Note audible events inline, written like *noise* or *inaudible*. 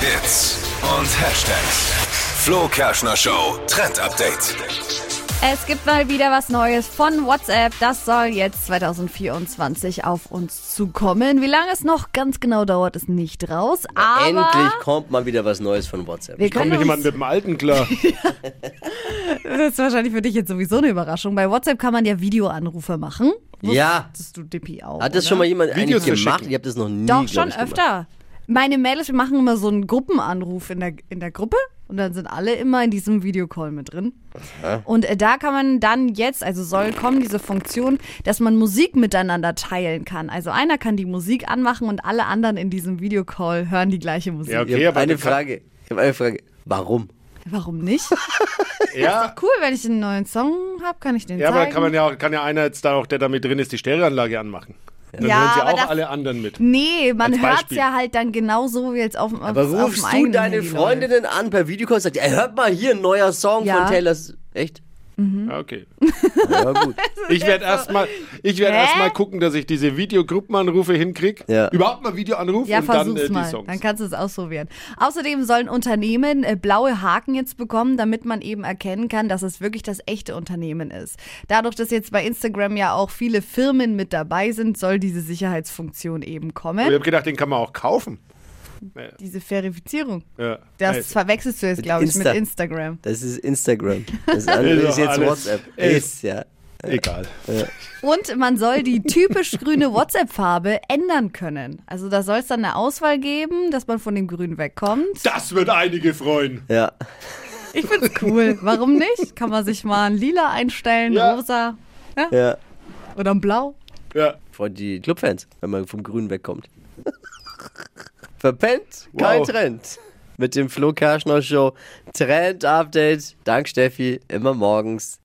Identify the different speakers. Speaker 1: Hits und Hashtags. Flo Kerschner Show Trend Update.
Speaker 2: Es gibt mal wieder was Neues von WhatsApp. Das soll jetzt 2024 auf uns zukommen. Wie lange es noch ganz genau dauert, ist nicht raus. Aber
Speaker 3: Endlich kommt mal wieder was Neues von WhatsApp.
Speaker 2: wir können
Speaker 4: Kommt nicht jemand
Speaker 2: uns,
Speaker 4: mit dem
Speaker 2: *laughs*
Speaker 4: Alten klar.
Speaker 2: das ist wahrscheinlich für dich jetzt sowieso eine Überraschung. Bei WhatsApp kann man ja Videoanrufe machen.
Speaker 3: Ja.
Speaker 2: Wusstest du, Dippi, auch.
Speaker 3: Hat das
Speaker 2: oder?
Speaker 3: schon mal jemand
Speaker 4: Videos
Speaker 3: eigentlich gemacht?
Speaker 4: verschicken.
Speaker 3: Ich habe das noch nie
Speaker 2: Doch,
Speaker 3: glaub
Speaker 2: schon
Speaker 3: ich,
Speaker 2: öfter.
Speaker 3: Gemacht.
Speaker 2: Meine Mädels, wir machen immer so einen Gruppenanruf in der, in der Gruppe und dann sind alle immer in diesem Videocall mit drin. Und äh, da kann man dann jetzt, also soll kommen diese Funktion, dass man Musik miteinander teilen kann. Also einer kann die Musik anmachen und alle anderen in diesem Videocall hören die gleiche Musik.
Speaker 4: Ja,
Speaker 3: Ich hab
Speaker 4: okay, aber
Speaker 3: eine
Speaker 4: du kann-
Speaker 3: Frage. Ich habe eine Frage. Warum?
Speaker 2: Warum
Speaker 4: *laughs*
Speaker 2: nicht?
Speaker 4: Ja,
Speaker 2: Cool, wenn ich einen neuen Song habe, kann ich den
Speaker 4: ja
Speaker 2: zeigen.
Speaker 4: aber kann man ja auch, kann ja einer jetzt da auch, der da mit drin ist, die Stereoanlage anmachen. Dann
Speaker 2: Ja,
Speaker 4: hören sie
Speaker 2: aber
Speaker 4: auch
Speaker 2: das- Mhm.
Speaker 4: alle anderen mit.
Speaker 2: Nee, man
Speaker 4: Als
Speaker 2: hört
Speaker 4: Beispiel.
Speaker 2: ja halt dann genauso wie jetzt auf dem
Speaker 3: Aber
Speaker 2: auf, auf
Speaker 3: rufst
Speaker 2: dem
Speaker 3: du
Speaker 2: eigenen
Speaker 3: deine
Speaker 2: Handy läuft.
Speaker 3: Freundinnen an per Videocall und sagst, ey, hört mal hier ein neuer Song
Speaker 2: Ja.
Speaker 3: von Taylor. S- Echt?
Speaker 2: *laughs*
Speaker 4: Ja, okay.
Speaker 3: Ja, gut.
Speaker 4: Ich werde erstmal werd
Speaker 2: Hä?
Speaker 4: erst mal gucken, dass ich diese Videogruppenanrufe hinkriege.
Speaker 3: Ja.
Speaker 4: Überhaupt mal Videoanruf
Speaker 2: Ja,
Speaker 4: und dann
Speaker 2: versuch's
Speaker 4: äh, die
Speaker 2: mal.
Speaker 4: Songs.
Speaker 2: Dann kannst du es ausprobieren. Außerdem sollen Unternehmen äh, blaue Haken jetzt bekommen, damit man eben erkennen kann, dass es wirklich das echte Unternehmen ist. Dadurch, dass jetzt bei Instagram ja auch viele Firmen mit dabei sind, soll diese Sicherheitsfunktion eben
Speaker 4: ich
Speaker 2: kommen.
Speaker 4: habe gedacht, den kann man auch kaufen.
Speaker 2: Diese Verifizierung.
Speaker 4: Ja.
Speaker 2: Das
Speaker 4: Also,
Speaker 2: verwechselst du jetzt, glaube ich, mit
Speaker 3: Insta.
Speaker 2: Instagram.
Speaker 3: Das ist Instagram. Das andere
Speaker 4: *laughs* Ist doch
Speaker 3: ist jetzt
Speaker 4: alles-
Speaker 3: WhatsApp.
Speaker 4: ist-
Speaker 3: Ist, ja.
Speaker 4: Äh, egal.
Speaker 2: Und man soll die typisch grüne WhatsApp-Farbe ändern können. Also da soll es dann eine Auswahl geben, dass man von dem Grün wegkommt.
Speaker 4: Das wird einige freuen.
Speaker 3: Ja.
Speaker 2: Ich find's cool. Warum nicht? Kann man sich mal ein Lila einstellen,
Speaker 4: Ja.
Speaker 2: rosa.
Speaker 3: ja.
Speaker 2: Oder ein Blau.
Speaker 4: Ja.
Speaker 3: Freut die Clubfans, wenn man vom Grün wegkommt. *laughs* Verpennt,
Speaker 4: Wow.
Speaker 3: kein Trend. Mit dem Flo Kerschner Show Trend Update. Dank Steffi, immer morgens.